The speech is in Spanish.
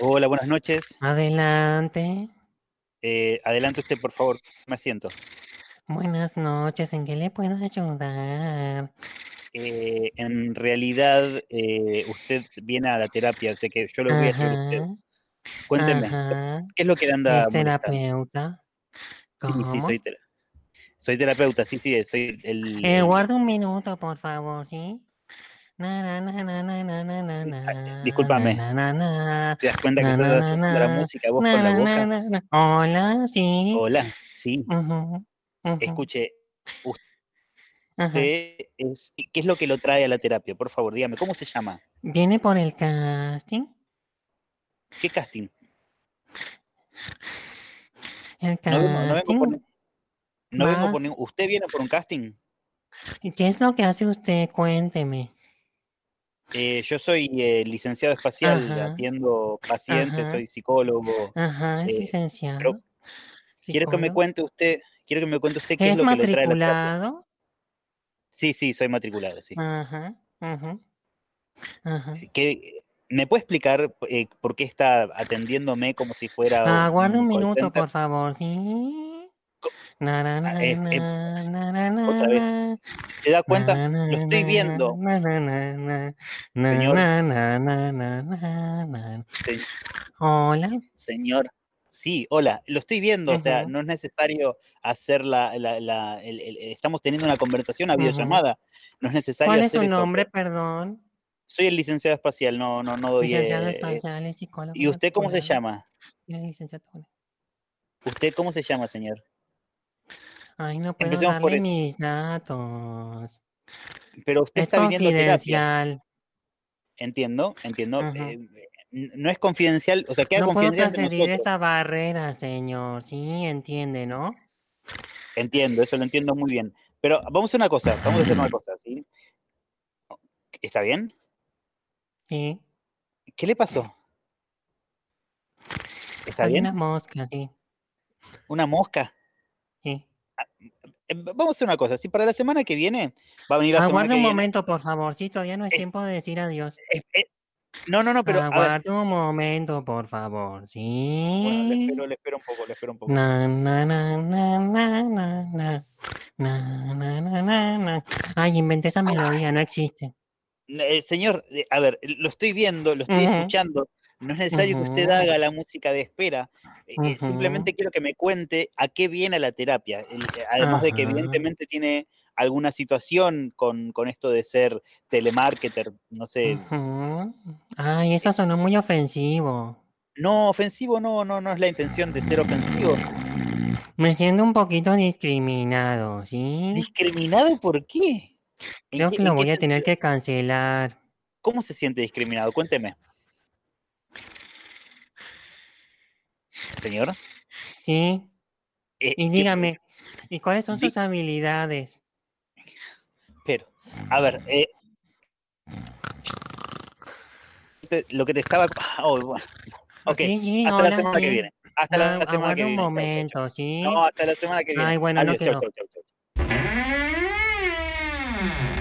Hola, buenas noches. Adelante. Eh, adelante usted, por favor. Me asiento. Buenas noches, ¿en qué le puedo ayudar? Eh, en realidad, eh, usted viene a la terapia, sé que yo lo voy a hacer a usted. Ajá, Cuénteme, ajá. ¿qué es lo que le anda ¿Es molestando? terapeuta? Sí, sí, ¿Cómo? soy, tera- soy terapeuta, sí, sí, soy el... Eh, el- guarda un minuto, por favor, ¿sí? Na, na, na, na, na, na, na, na, Ah, na, Discúlpame, na, na, na, ¿te das cuenta que na, estás na, na, haciendo la na, música vos na, con la na, na, boca? na, na. Hola, sí. Hola, sí, Ujú, ujú, escuche, usted ajá. es... ¿Qué es lo que lo trae a la terapia? Por favor, dígame, ¿cómo se llama? ¿Viene por el casting? ¿Qué casting? El No vengo, no vengo por... casting. No vengo por Vas. ningún... ¿Usted viene por un casting? ¿Y ¿Qué es lo que hace usted? Cuénteme. Eh, yo soy eh, licenciado espacial, Ajá, atiendo pacientes, ajá, soy psicólogo, ajá, es eh, pero licenciado, quiero que me psicólogo. cuente usted, quiero que me cuente usted qué es ¿Es lo que lo trae a la terapia. matriculado? Ah. Sí, sí, soy matriculado, sí. Ajá, ajá, ajá. Eh, ¿Qué, ¿Me puede explicar eh, por qué está atendiéndome como si fuera Ah, guarde un un call minuto, center? por favor, ¿sí? Co- Na, na, ah, na, eh, na, eh, na, na, na, otra vez, na. ¿se da Na, cuenta? na, na, Lo estoy na, viendo, na, na, na, na, na, señor, na, na, na, na, na, na. se- Hola. señor. Sí, hola, lo estoy viendo, o sea, Ajá, no es necesario hacer la, la- la- el- el- estamos teniendo una conversación a ajá. videollamada, no es necesario ¿Cuál es su hacer eso, nombre, pero perdón? Soy el licenciado espacial, no, no, no doy. Licenciado eh, eh, espacial, es psicólogo ¿Y usted cómo se matriculado. llama? Tiene licenciatura. ¿Usted cómo se llama, señor? Ay, no puedo Empecemos por darle eso. mis datos. Pero usted Es está viniendo a terapia, confidencial. entiendo, entiendo. Ajá. eh, n- no es confidencial, o sea, queda No puedo confidencial entre transgredir nosotros. esa barrera, señor. Sí, entiende, ¿no? Entiendo, eso lo entiendo muy bien. Pero vamos a una cosa, vamos a hacer una cosa, ¿sí? ¿Está bien? Sí. ¿Qué le pasó? ¿Está Hay una bien? mosca, sí. ¿Una mosca? Sí. Eh, v- Vamos a hacer una cosa, si para la semana que viene, va a venir la semana Aguarde que Ah, un viene. momento, por favor. Sí, todavía no es es- tiempo de decir adiós. es- es- no, no, no, Ah, pero a ver. Aguarde un momento, por favor. Bueno, le Sí. espero, le espero un poco, le espero un Na, poco. na, na, na, na, na, na. Na, na, na, na, na. Ay, inventé esa melodía, no existe. Eh, señor, eh, a ver, lo estoy viendo, lo estoy Ujú, escuchando. No es necesario que usted ujú, haga la música de espera. eh, eh, ujú. simplemente quiero que me cuente a qué viene la terapia. el- eh, además de que Ajá. evidentemente tiene alguna situación con, con esto de ser telemarketer, no sé. Mm. Ujú. Ay, eso sonó muy ofensivo. No, ofensivo no, no, no es la intención de ser ofensivo. Me siento un poquito discriminado, ¿sí? ¿Discriminado por qué? ¿En Creo qué, que lo en qué voy a tener sentido? que cancelar. ¿Cómo se siente discriminado? Cuénteme, señor. ¿Sí? Eh, Y ¿qué- dígame, ¿y cuáles son di- sus habilidades? pero, a ver, eh, te- lo que te estaba. Oh, bueno. Ok, Sí, sí, hasta la hola, semana que sí. viene. Hasta Ah, la semana que aguarde un viene. Chau, chau, chau. momento, No, ¿sí? hasta la semana que viene. Ay, bueno, no Adiós, chau, quedó. chau, chau, chau.